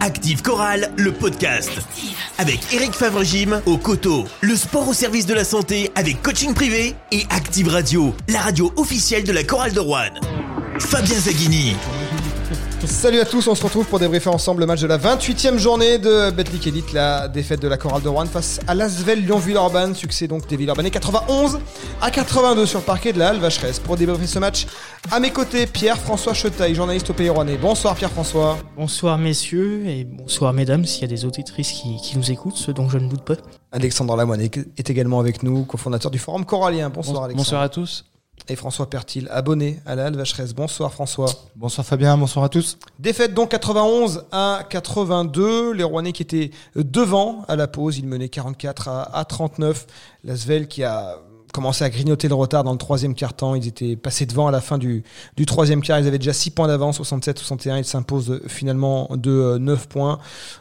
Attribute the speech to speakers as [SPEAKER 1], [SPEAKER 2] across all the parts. [SPEAKER 1] Active Chorale, le podcast. Avec Eric Favre-Gym au Coteau. Le sport au service de la santé avec coaching privé. Et Active Radio, la radio officielle de la Chorale de Rouen. Fabien Zaghini.
[SPEAKER 2] Salut à tous, on se retrouve pour débriefer ensemble le match de la 28e journée de Betlic Elite, la défaite de la chorale de Rouen face à l'Asvel Lyon-Villeurbanne, succès donc des Villeurbanais 91 à 82 sur le parquet de la Halle Vacheresse. Pour débriefer ce match, à mes côtés, Pierre-François Chetaille, journaliste au Pays Rouennais. Bonsoir Pierre-François.
[SPEAKER 3] Bonsoir messieurs et bonsoir mesdames s'il y a des auditrices qui, qui nous écoutent, ce dont je ne doute pas.
[SPEAKER 2] Alexandre Lamoine est également avec nous, cofondateur du Forum Corallien. Bonsoir Alexandre.
[SPEAKER 4] Bonsoir à tous.
[SPEAKER 2] Et François Pertil, abonné à la Halle Vacheresse. Bonsoir François.
[SPEAKER 4] Bonsoir Fabien, bonsoir à tous.
[SPEAKER 2] Défaite donc 91 à 82. Les Rouennais qui étaient devant à la pause, ils menaient 44 à, à 39. L'Asvel qui a commencé à grignoter le retard dans le troisième quart temps. Ils étaient passés devant à la fin du, du troisième quart. Ils avaient déjà 6 points d'avance, 67-61. Ils s'imposent finalement de 9 points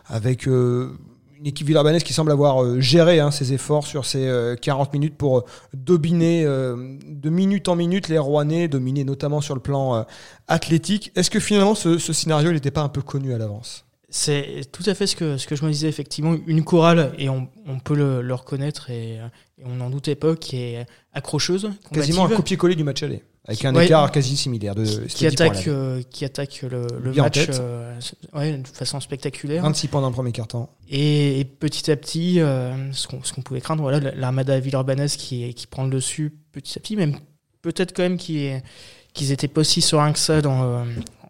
[SPEAKER 2] avec... euh, une équipe villarbanaise qui semble avoir euh, géré hein, ses efforts sur ces euh, 40 minutes pour euh, dominer euh, de minute en minute les Rouennais, dominer notamment sur le plan euh, athlétique. Est-ce que finalement ce, ce scénario n'était pas un peu connu à l'avance
[SPEAKER 3] C'est tout à fait ce que, ce que je me disais effectivement, une chorale, et on, on peut le, le reconnaître et, euh, et on n'en doutait pas, qui est accrocheuse,
[SPEAKER 2] Quasiment un
[SPEAKER 3] combative,
[SPEAKER 2] copier-coller du match aller, avec un
[SPEAKER 3] Bah, Ouais.
[SPEAKER 2] écart quasi similaire de c'était
[SPEAKER 3] qui,
[SPEAKER 2] 10 points à
[SPEAKER 3] attaque,
[SPEAKER 2] l'aller.
[SPEAKER 3] euh, qui attaque le, le
[SPEAKER 2] Bien en
[SPEAKER 3] match
[SPEAKER 2] tête.
[SPEAKER 3] euh, ouais, de façon spectaculaire.
[SPEAKER 2] 26 points dans le premier quart-temps.
[SPEAKER 3] Et, et petit à petit, euh, ce qu'on ce qu'on pouvait craindre, voilà, l'armada villeurbannaise qui, qui prend le dessus petit à petit, même peut-être quand même qu'ils qu'ils étaient pas si sereins que ça dans, euh,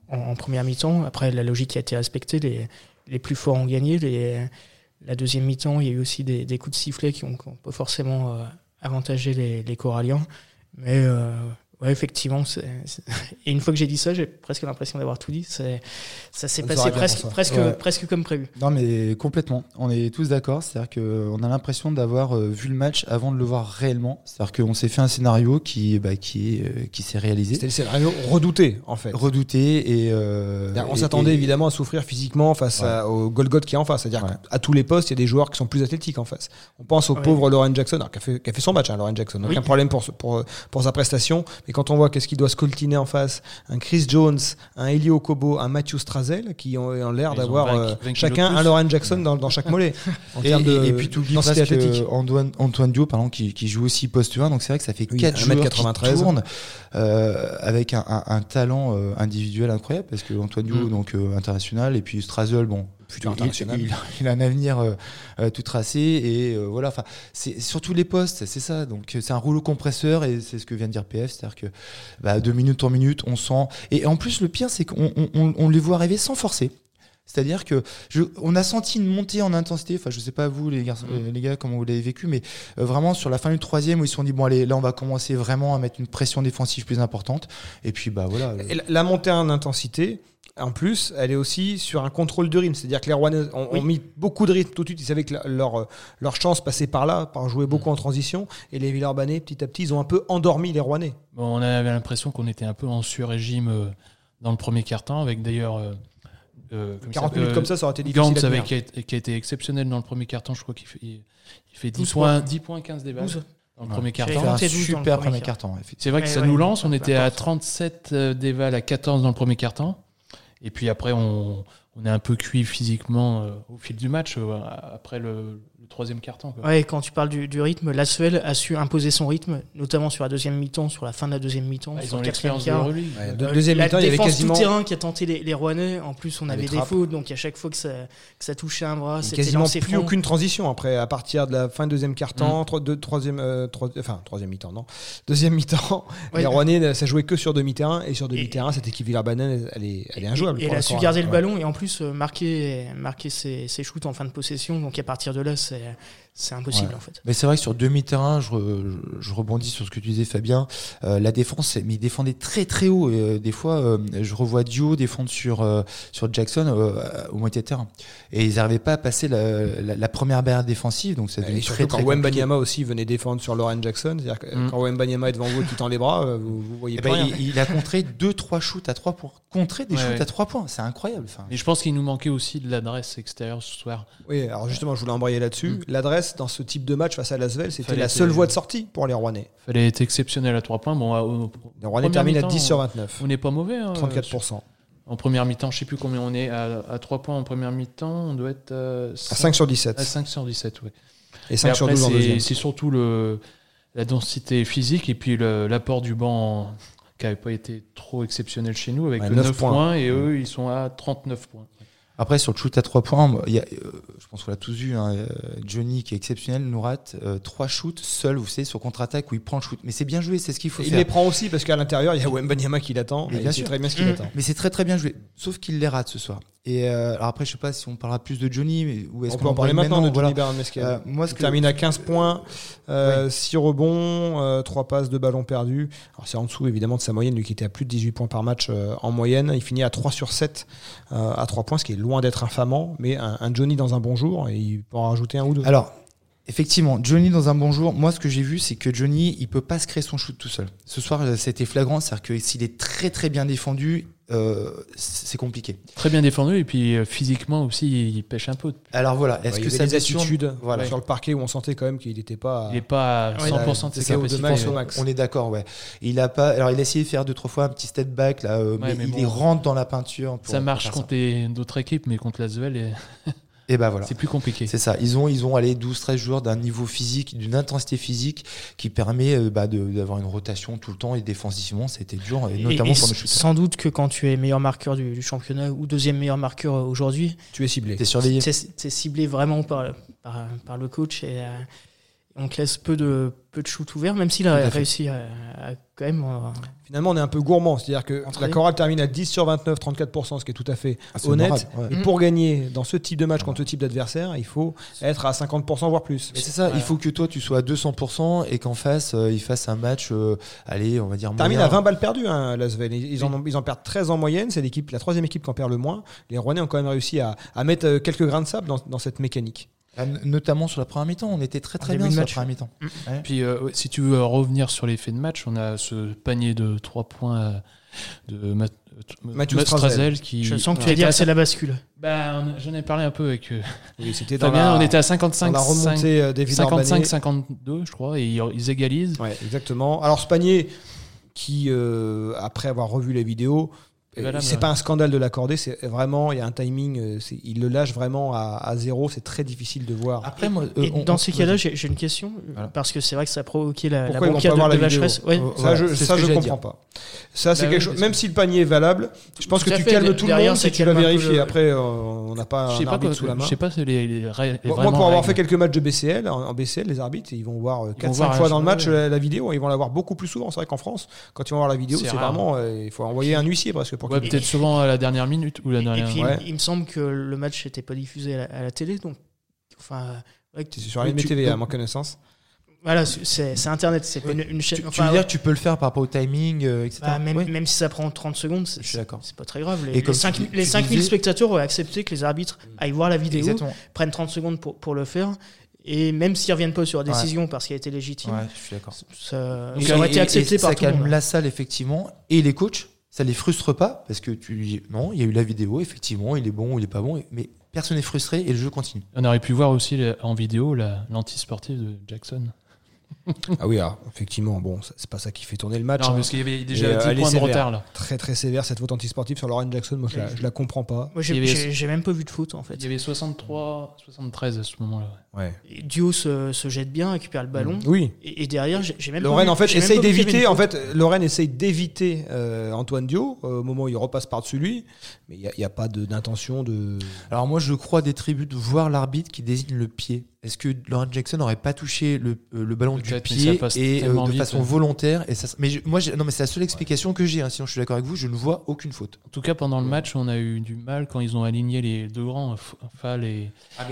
[SPEAKER 3] en, en première mi-temps. Après, la logique a été respectée, les, les plus forts ont gagné. Les, la deuxième mi-temps, il y a eu aussi des, des coups de sifflet qui ont qui ont pas forcément euh, avantagé les, les Coralliens. Mais euh, ouais, effectivement, c'est c'est- et une fois que j'ai dit ça, j'ai presque l'impression d'avoir tout dit. C'est- Ça s'est
[SPEAKER 2] Ça
[SPEAKER 3] passé
[SPEAKER 2] aurait bien
[SPEAKER 3] presque,
[SPEAKER 2] pour ça.
[SPEAKER 3] presque,
[SPEAKER 4] Ouais.
[SPEAKER 3] presque comme prévu.
[SPEAKER 4] Non mais complètement, on est tous d'accord, c'est-à-dire qu'on a l'impression d'avoir euh, vu le match avant de le voir réellement, c'est-à-dire qu'on s'est fait un scénario qui, bah, qui, est, euh, qui s'est
[SPEAKER 2] C'était
[SPEAKER 4] réalisé,
[SPEAKER 2] le scénario redouté en fait.
[SPEAKER 4] redouté et... euh,
[SPEAKER 2] C'est-à-dire, On
[SPEAKER 4] et-
[SPEAKER 2] s'attendait
[SPEAKER 4] et-
[SPEAKER 2] évidemment à souffrir physiquement face
[SPEAKER 4] Ouais.
[SPEAKER 2] à- au Golgoth qui est en face. C'est-à-dire
[SPEAKER 4] Ouais.
[SPEAKER 2] qu'à tous les postes, il y a des joueurs qui sont plus athlétiques en face. On pense au
[SPEAKER 3] Ouais.
[SPEAKER 2] pauvre Lauren Jackson, alors, qui, a fait, qui a fait son match, hein, Lauren Jackson. Aucun
[SPEAKER 3] Oui.
[SPEAKER 2] problème pour, ce- pour, pour sa prestation. Mais quand on voit qu'est-ce qu'il doit scoltiner en face, un Chris Jones, un Elio Kobo, un Matthew Strazel, qui ont, ont l'air
[SPEAKER 5] Ils ont
[SPEAKER 2] d'avoir
[SPEAKER 5] 20
[SPEAKER 2] euh,
[SPEAKER 5] kilos de
[SPEAKER 2] chacun
[SPEAKER 5] plus.
[SPEAKER 2] un Lauren Jackson dans, dans chaque mollet. En
[SPEAKER 4] Et,
[SPEAKER 2] termes de
[SPEAKER 4] et- et puis tout
[SPEAKER 2] densité athlétique.
[SPEAKER 4] Antoine, Antoine Dio pardon, qui, qui joue aussi poste 1 donc c'est vrai que ça fait
[SPEAKER 2] Oui,
[SPEAKER 4] 4 joueurs qui
[SPEAKER 2] 1m93.
[SPEAKER 4] tournent euh, avec un, un- un talent euh, individuel incroyable parce que Antoine Dio
[SPEAKER 5] Mm.
[SPEAKER 4] donc euh, international et puis Strasel bon
[SPEAKER 2] Plutôt
[SPEAKER 4] il-
[SPEAKER 2] international.
[SPEAKER 4] Il, il a- il a un avenir euh, euh, tout tracé et euh, voilà enfin c'est surtout les postes c'est ça donc euh, c'est un rouleau compresseur et c'est ce que vient de dire PF c'est-à-dire que bah, de minute en minute on sent et en plus le pire c'est qu'on on- on- on les voit arriver sans forcer c'est-à-dire que je, on a senti une montée en intensité. Enfin, je sais pas vous les garçons, euh,
[SPEAKER 3] Mm.
[SPEAKER 4] les gars, comment vous l'avez vécu, mais euh, vraiment sur la fin du troisième où ils se sont dit bon allez, là on va commencer vraiment à mettre une pression défensive plus importante. Et puis bah voilà. euh,
[SPEAKER 2] Et la- la montée en intensité, en plus, elle est aussi sur un contrôle de rythme. C'est-à-dire que les Rouennais ont, ont
[SPEAKER 3] Oui.
[SPEAKER 2] mis beaucoup de rythme tout de suite. Ils savaient que la- leur, euh, leur chance passait par là, par jouer beaucoup
[SPEAKER 3] Mm.
[SPEAKER 2] en transition. Et les Villeurbanais, petit à petit, ils ont un peu endormi les Rouennais.
[SPEAKER 5] Bon, on avait l'impression qu'on était un peu en sur-régime euh, dans le premier quart-temps, avec d'ailleurs. euh, euh, comment il
[SPEAKER 2] 40
[SPEAKER 5] s'appelle,
[SPEAKER 2] minutes
[SPEAKER 5] euh,
[SPEAKER 2] comme ça, ça aurait été difficile.
[SPEAKER 5] Gantz,
[SPEAKER 2] à tenir.
[SPEAKER 5] avec- qui, a, été- qui a été exceptionnel dans le premier quart-temps, je crois qu'il fait, il, il fait 10
[SPEAKER 3] 12
[SPEAKER 5] points, 10 points 15 des bases
[SPEAKER 3] 12.
[SPEAKER 5] dans le
[SPEAKER 4] Ouais. c'est
[SPEAKER 5] premier
[SPEAKER 3] J'ai
[SPEAKER 5] quart-temps.
[SPEAKER 4] un
[SPEAKER 3] Comptez douze dans le
[SPEAKER 4] super
[SPEAKER 3] premier
[SPEAKER 4] premier
[SPEAKER 3] quart.
[SPEAKER 4] carton. effectivement.
[SPEAKER 5] C'est vrai que
[SPEAKER 3] Eh Ouais,
[SPEAKER 5] ça
[SPEAKER 3] ouais,
[SPEAKER 5] nous lance,
[SPEAKER 3] peu
[SPEAKER 5] on était à
[SPEAKER 3] importe.
[SPEAKER 5] 37 euh, déval à 14 dans le premier quart-temps. Et puis après, on, on est un peu cuit physiquement euh, au fil du match, euh, après le, le troisième quart-temps. quoi.
[SPEAKER 3] Ouais, quand tu parles du, du rythme, l'Asvel a su imposer son rythme, notamment sur la deuxième mi-temps, sur la fin de la deuxième mi-temps.
[SPEAKER 5] Bah,
[SPEAKER 3] sur
[SPEAKER 5] ils ont
[SPEAKER 3] le quatrième
[SPEAKER 5] l'expérience de
[SPEAKER 3] quart.
[SPEAKER 5] l'Euroleague.
[SPEAKER 2] Ouais,
[SPEAKER 3] Euh,
[SPEAKER 2] de- deuxième
[SPEAKER 3] la
[SPEAKER 2] mi-temps, il y avait
[SPEAKER 3] défense
[SPEAKER 2] quasiment,
[SPEAKER 3] tout-terrain qui a tenté les, les Rouennais. En plus, on
[SPEAKER 2] Elle
[SPEAKER 3] avait
[SPEAKER 2] les
[SPEAKER 3] des
[SPEAKER 2] trappe.
[SPEAKER 3] fautes, donc à chaque fois que ça, que ça touchait un bras, c'était
[SPEAKER 2] quasiment
[SPEAKER 3] lancé Mm.
[SPEAKER 2] plus
[SPEAKER 3] franc.
[SPEAKER 2] aucune transition après. À partir de la fin de deuxième quart-temps, tro- de- troisième, euh, tro- enfin troisième mi-temps, non, deuxième mi-temps,
[SPEAKER 3] Ouais.
[SPEAKER 2] les Rouennais, ça jouait que sur demi-terrain. Et sur demi-terrain, cette équipe Villeurbanais, elle est, elle est injouable.
[SPEAKER 3] Et
[SPEAKER 2] pour
[SPEAKER 3] elle a
[SPEAKER 2] le
[SPEAKER 3] su
[SPEAKER 2] Coran.
[SPEAKER 3] garder le
[SPEAKER 2] Ouais.
[SPEAKER 3] ballon et en plus euh, marquer, marquer ses, ses shoots en fin de possession. Donc à partir de là, c'est c'est impossible
[SPEAKER 4] Ouais.
[SPEAKER 3] en fait.
[SPEAKER 4] Mais c'est vrai que sur demi-terrain, je, re- je rebondis sur ce que tu disais Fabien, euh, la défense, mais ils défendaient très très haut. Et, euh, des fois, euh, je revois Dio défendre sur, euh, sur Jackson euh, au moitié de terrain. Et ils n'arrivaient pas à passer la, la- la première barrière défensive, donc ça
[SPEAKER 2] Et
[SPEAKER 4] devenait
[SPEAKER 2] surtout
[SPEAKER 4] très
[SPEAKER 2] quand
[SPEAKER 4] très compliqué.
[SPEAKER 2] Wembanyama aussi venait défendre sur Lauren Jackson, c'est-à-dire que
[SPEAKER 5] Mm.
[SPEAKER 2] quand Wembanyama est devant vous et qu'il tend les bras, euh, vous, vous voyez
[SPEAKER 4] Eh
[SPEAKER 2] pas
[SPEAKER 4] ben,
[SPEAKER 2] rien.
[SPEAKER 4] il, il a contré deux trois shoots à trois points. Contrer des
[SPEAKER 5] Ouais,
[SPEAKER 4] shoots
[SPEAKER 5] ouais.
[SPEAKER 4] à trois points, c'est incroyable. Enfin,
[SPEAKER 5] Mais je pense qu'il nous manquait aussi de l'adresse extérieure ce soir.
[SPEAKER 2] Oui, alors justement, je voulais embrayer là-dessus.
[SPEAKER 5] Mm.
[SPEAKER 2] L'adresse dans ce type de match face à Lasvel, c'était
[SPEAKER 5] Fallait
[SPEAKER 2] la seule
[SPEAKER 5] que-
[SPEAKER 2] voie de sortie pour les Rouennais.
[SPEAKER 5] Fallait être exceptionnel à 3 points. Bon, euh, à- au-
[SPEAKER 2] Les Rouennais
[SPEAKER 5] Première
[SPEAKER 2] terminent à
[SPEAKER 5] mi-temps,
[SPEAKER 2] 10 sur 29,
[SPEAKER 5] on n'est pas mauvais. hein,
[SPEAKER 2] 34%.
[SPEAKER 5] En première mi-temps, je sais plus combien on est. À, à 3 points en première mi-temps, on doit être à 5,
[SPEAKER 2] À 5 sur 17.
[SPEAKER 5] à 5 sur 17. Ouais.
[SPEAKER 2] Et
[SPEAKER 5] Ah, Mais
[SPEAKER 2] 5 sur
[SPEAKER 5] après,
[SPEAKER 2] 12 en
[SPEAKER 5] c'est-
[SPEAKER 2] deuxième.
[SPEAKER 5] C'est surtout le, la densité physique et puis le- l'apport du banc en- qui n'avait pas été trop exceptionnel chez nous avec
[SPEAKER 2] Ouais,
[SPEAKER 5] le
[SPEAKER 2] 9
[SPEAKER 5] 9,
[SPEAKER 2] points.
[SPEAKER 5] points. et eux, ils sont à 39 points.
[SPEAKER 4] Après, sur le shoot à 3 points, moi, il y a, euh, je pense qu'on l'a tous vu, hein, euh, Johnny, qui est exceptionnel, nous rate 3 shoots seuls, vous savez, sur contre-attaque où il prend le shoot. Mais c'est bien joué, c'est ce qu'il faut
[SPEAKER 2] Il
[SPEAKER 4] faire.
[SPEAKER 2] les prend aussi parce qu'à l'intérieur, il y a Wembanyama qui l'attend.
[SPEAKER 4] Mais
[SPEAKER 2] Et
[SPEAKER 4] bien
[SPEAKER 2] c'est
[SPEAKER 4] sûr.
[SPEAKER 2] très bien ce qu'il
[SPEAKER 3] Mmh.
[SPEAKER 5] Mm.
[SPEAKER 2] attend.
[SPEAKER 4] Mais c'est très très bien joué, sauf qu'il les rate ce soir. Et euh, alors après, je sais pas si on parlera plus de Johnny, mais- ou est-ce
[SPEAKER 2] On
[SPEAKER 4] qu'on
[SPEAKER 2] peut en parler maintenant de
[SPEAKER 4] voilà.
[SPEAKER 2] Johnny Baron Mesquel.
[SPEAKER 4] Euh, moi, ce
[SPEAKER 2] Il
[SPEAKER 4] que-
[SPEAKER 2] termine à 15 points, 6 rebonds, 3 passes, 2 ballons perdus. Alors c'est en dessous évidemment de sa moyenne, lui qui était à plus de 18 points par match euh, en moyenne. Il finit à 3 sur 7 euh, à 3 points, ce qui est loin d'être infamant, mais un, un Johnny dans un bon jour, et il peut en rajouter un ou deux.
[SPEAKER 4] Alors, effectivement, Johnny dans un bon jour, moi ce que j'ai vu, c'est que Johnny, il peut pas se créer son shoot tout seul. Ce soir, euh, c'était flagrant, c'est-à-dire que s'il est très très bien défendu, euh, c'est compliqué.
[SPEAKER 5] Très bien défendu et puis euh, physiquement aussi, il pêche un peu.
[SPEAKER 4] Alors voilà, est-ce
[SPEAKER 2] Ouais, il
[SPEAKER 4] que
[SPEAKER 2] avait
[SPEAKER 4] ça
[SPEAKER 2] des
[SPEAKER 4] blessure-
[SPEAKER 2] attitudes euh,
[SPEAKER 4] voilà.
[SPEAKER 2] sur le parquet où on sentait quand même qu'il n'était pas. euh,
[SPEAKER 5] Il n'est pas à
[SPEAKER 3] Ouais,
[SPEAKER 5] 100% de
[SPEAKER 2] c'est
[SPEAKER 5] ses
[SPEAKER 2] ça, au
[SPEAKER 5] capacités.
[SPEAKER 2] dommage,
[SPEAKER 4] Ouais,
[SPEAKER 2] au max. euh,
[SPEAKER 4] On est d'accord, ouais. Il a pas. Alors, il a essayé de faire deux trois fois un petit step back là, euh, mais,
[SPEAKER 5] Ouais, mais
[SPEAKER 4] il
[SPEAKER 5] bon.
[SPEAKER 4] y rentre dans la peinture. pour-
[SPEAKER 5] Ça marche
[SPEAKER 4] pour faire
[SPEAKER 5] contre les- d'autres équipes, mais contre l'Asvel, et-
[SPEAKER 4] ça. Et ben voilà.
[SPEAKER 5] c'est plus compliqué.
[SPEAKER 4] C'est ça. Ils ont, ils ont allé 12-13 joueurs d'un niveau physique, d'une intensité physique qui permet euh, bah, de- d'avoir une rotation tout le temps et défensivement, c'était dur, et notamment
[SPEAKER 3] et
[SPEAKER 4] pour
[SPEAKER 3] s-
[SPEAKER 4] le shoot.
[SPEAKER 3] sans doute que quand tu es meilleur marqueur du, du championnat ou deuxième meilleur marqueur euh, aujourd'hui,
[SPEAKER 2] Tu es ciblé.
[SPEAKER 4] T'es surveillé.
[SPEAKER 3] t'es t'es ciblé vraiment par, le- par, par le coach et euh, on te laisse peu de, peu de shoots ouverts, même s'il
[SPEAKER 4] Tout à
[SPEAKER 3] a
[SPEAKER 4] fait.
[SPEAKER 3] réussi à, à quand même. euh,
[SPEAKER 2] Finalement, on est un peu gourmand, c'est-à-dire que
[SPEAKER 3] Entrée.
[SPEAKER 2] la chorale termine à 10 sur 29, 34%, ce qui est tout à fait
[SPEAKER 4] Ah, c'est
[SPEAKER 2] honnête.
[SPEAKER 4] honorable, ouais.
[SPEAKER 2] Et
[SPEAKER 3] Mm.
[SPEAKER 2] pour gagner dans ce type de match contre ce type d'adversaire, il faut être à 50% voire plus.
[SPEAKER 4] Mais c'est ça, il
[SPEAKER 3] Voilà.
[SPEAKER 4] faut que toi tu sois à 200% et qu'en face euh, il fasse un match, euh, allez, on va dire
[SPEAKER 2] Termine
[SPEAKER 4] moyen.
[SPEAKER 2] à 20 balles perdues, hein, Lasvel. Ils, ils en, ont- ils en perdent 13 en moyenne. C'est l'équipe, la troisième équipe qui en perd le moins. Les Rouennais ont quand même réussi à, à mettre euh, quelques grains de sable dans, dans cette mécanique.
[SPEAKER 4] Ah, n- Notamment sur la première mi-temps, on était très très
[SPEAKER 3] début
[SPEAKER 4] bien
[SPEAKER 3] de
[SPEAKER 4] sur la
[SPEAKER 3] match,
[SPEAKER 4] première mi-temps.
[SPEAKER 5] Puis, euh, ouais, si tu veux euh, revenir sur les faits de match, on a ce panier de 3 points euh, de Mat-
[SPEAKER 2] Mathieu
[SPEAKER 5] Matt
[SPEAKER 2] Strazel.
[SPEAKER 5] Strazel qui.
[SPEAKER 3] je sens que tu
[SPEAKER 5] qui
[SPEAKER 3] vas
[SPEAKER 5] était
[SPEAKER 3] dire
[SPEAKER 5] à
[SPEAKER 3] c'est la bascule.
[SPEAKER 5] Bah, on- j'en ai parlé un peu avec euh,
[SPEAKER 2] Oui, c'était dans
[SPEAKER 5] Fabien.
[SPEAKER 2] la,
[SPEAKER 5] on était à
[SPEAKER 2] dans
[SPEAKER 5] 55,
[SPEAKER 2] la remontée euh, des
[SPEAKER 5] 55,
[SPEAKER 2] Villeurbanais.
[SPEAKER 5] 52, je crois, et ils, ils égalisent.
[SPEAKER 2] Ouais, exactement. Alors ce panier, qui euh, après avoir revu les vidéos, euh,
[SPEAKER 5] Valable,
[SPEAKER 2] c'est
[SPEAKER 5] ouais.
[SPEAKER 2] pas un scandale de l'accorder. C'est vraiment, il y a un timing. euh, c'est- il le lâche vraiment à, à zéro. C'est très difficile de voir.
[SPEAKER 4] Après, moi,
[SPEAKER 3] Et
[SPEAKER 4] euh, on-
[SPEAKER 3] dans
[SPEAKER 4] on-
[SPEAKER 3] ces cas-là, j'ai j'ai une question,
[SPEAKER 4] Voilà.
[SPEAKER 3] parce que c'est vrai que ça a provoqué la, la
[SPEAKER 2] Pourquoi ils vont
[SPEAKER 3] banquière
[SPEAKER 2] pas voir
[SPEAKER 3] de,
[SPEAKER 2] la
[SPEAKER 3] de
[SPEAKER 2] vidéo
[SPEAKER 3] Vacheresse. Ouais.
[SPEAKER 4] Oh,
[SPEAKER 2] Ça,
[SPEAKER 4] Voilà,
[SPEAKER 2] je,
[SPEAKER 4] c'est ce
[SPEAKER 2] ça,
[SPEAKER 4] que
[SPEAKER 2] je
[SPEAKER 4] j'allais
[SPEAKER 2] comprends pas. Ça, c'est
[SPEAKER 5] Bah
[SPEAKER 2] quelque
[SPEAKER 5] oui,
[SPEAKER 2] chose.
[SPEAKER 5] parce
[SPEAKER 2] Même
[SPEAKER 5] que-
[SPEAKER 2] si le panier est valable, je pense
[SPEAKER 3] Tout
[SPEAKER 2] que
[SPEAKER 3] à
[SPEAKER 2] tu
[SPEAKER 3] fait,
[SPEAKER 2] calmes
[SPEAKER 3] de-
[SPEAKER 2] tout le
[SPEAKER 3] derrière,
[SPEAKER 2] monde
[SPEAKER 3] ça
[SPEAKER 2] si tu vas
[SPEAKER 3] calme un peu
[SPEAKER 2] vérifier.
[SPEAKER 3] le-
[SPEAKER 2] Après, euh, on n'a pas
[SPEAKER 5] Je
[SPEAKER 2] un
[SPEAKER 5] sais pas,
[SPEAKER 2] arbitre
[SPEAKER 5] quoi-
[SPEAKER 2] sous la main.
[SPEAKER 5] je sais pas, c'est les, les, ré- les
[SPEAKER 2] Moi,
[SPEAKER 5] vraiment
[SPEAKER 2] pour avoir
[SPEAKER 5] règles.
[SPEAKER 2] fait quelques matchs de BCL, en, en BCL, les arbitres, ils vont voir
[SPEAKER 5] Ils vont voir
[SPEAKER 2] 4-5
[SPEAKER 5] un
[SPEAKER 2] fois dans le
[SPEAKER 5] jeu,
[SPEAKER 2] match
[SPEAKER 5] ouais.
[SPEAKER 2] la, la vidéo. Ils vont la voir beaucoup plus souvent. C'est vrai qu'en France, quand ils vont voir la vidéo,
[SPEAKER 5] C'est
[SPEAKER 2] c'est
[SPEAKER 5] rare.
[SPEAKER 2] vraiment. euh, Il faut envoyer un huissier presque pour
[SPEAKER 5] Ouais,
[SPEAKER 2] qu'il-
[SPEAKER 5] peut-être souvent à la dernière minute ou la
[SPEAKER 3] Et
[SPEAKER 5] dernière.
[SPEAKER 3] puis, il-
[SPEAKER 2] Ouais.
[SPEAKER 3] il, me semble que le match n'était pas diffusé à la, à la télé, donc. Enfin, ouais, que-
[SPEAKER 2] C'est sur MTV, à ma connaissance.
[SPEAKER 3] Voilà, c'est c'est Internet, c'est pas une, une
[SPEAKER 4] tu,
[SPEAKER 3] chaîne.
[SPEAKER 4] tu
[SPEAKER 3] enfin,
[SPEAKER 4] veux dire que tu peux le faire par rapport au timing, euh, etc.
[SPEAKER 3] Bah, même,
[SPEAKER 4] Oui.
[SPEAKER 3] même si ça prend 30 secondes, c'est
[SPEAKER 4] Je suis d'accord.
[SPEAKER 3] c'est pas très grave.
[SPEAKER 4] Et
[SPEAKER 3] Les,
[SPEAKER 4] comme
[SPEAKER 3] les, 5,
[SPEAKER 4] tu- tu
[SPEAKER 3] les 5000
[SPEAKER 4] disais-
[SPEAKER 3] spectateurs auraient accepté que les arbitres aillent voir la vidéo,
[SPEAKER 4] Exactement.
[SPEAKER 3] prennent 30 secondes pour, pour le faire, et même s'ils reviennent pas sur la
[SPEAKER 4] Ouais.
[SPEAKER 3] décision parce qu'elle a été légitime,
[SPEAKER 4] Ouais, je suis d'accord.
[SPEAKER 3] ça,
[SPEAKER 5] Donc,
[SPEAKER 3] ça aurait été accepté
[SPEAKER 4] et
[SPEAKER 3] par
[SPEAKER 4] ça
[SPEAKER 3] tout le
[SPEAKER 4] calme
[SPEAKER 3] monde.
[SPEAKER 4] la salle effectivement et les coachs ça les frustre pas parce que tu dis non il y a eu la vidéo effectivement il est bon ou il est pas bon et- mais personne n'est frustré et le jeu continue
[SPEAKER 5] On aurait pu voir aussi la- en vidéo la- l'anti-sportive de Jackson.
[SPEAKER 2] Ah oui, alors, effectivement, bon, ça- c'est pas ça qui fait tourner le match.
[SPEAKER 5] Non,
[SPEAKER 2] hein.
[SPEAKER 5] parce qu'il y avait
[SPEAKER 2] Et, euh,
[SPEAKER 5] déjà 10
[SPEAKER 2] elle est
[SPEAKER 5] points de
[SPEAKER 2] sévère.
[SPEAKER 5] retard là.
[SPEAKER 2] Très très sévère cette faute antisportive sur Lauren Jackson. Moi, je la, je la comprends pas.
[SPEAKER 3] Moi,
[SPEAKER 5] Il y
[SPEAKER 3] j'ai-
[SPEAKER 5] avait-
[SPEAKER 3] j'ai j'ai même pas vu de foot en fait.
[SPEAKER 5] Il y avait 63, 73 à ce moment-là. ouais.
[SPEAKER 2] Ouais.
[SPEAKER 3] Et Duo se, se jette bien, récupère le ballon,
[SPEAKER 2] Oui.
[SPEAKER 3] et, et derrière, j'ai j'ai même pas
[SPEAKER 2] Mm. Lorraine
[SPEAKER 3] vu-
[SPEAKER 2] en fait
[SPEAKER 3] j'ai même
[SPEAKER 2] essaye
[SPEAKER 3] pas vu qu'il y avait
[SPEAKER 2] d'éviter
[SPEAKER 3] une
[SPEAKER 2] en fait Lorraine essaye d'éviter euh, Antoine Dio euh, au moment où il repasse par-dessus lui mais il n'y a, il y a pas de- d'intention de
[SPEAKER 4] alors moi je crois des tribus de voir l'arbitre qui désigne le pied est-ce que Lauren Jackson n'aurait pas touché le, euh, le ballon du
[SPEAKER 5] Peut-être, mais
[SPEAKER 4] pied
[SPEAKER 5] ça passe
[SPEAKER 4] et euh,
[SPEAKER 5] tellement
[SPEAKER 4] de
[SPEAKER 5] vite.
[SPEAKER 4] façon volontaire et ça mais je- moi j'ai- non mais c'est la seule explication que j'ai hein, sinon je suis d'accord avec vous je ne vois aucune faute
[SPEAKER 5] En tout cas, pendant le match, on a eu du mal quand ils ont aligné les deux grands, F- Fall et.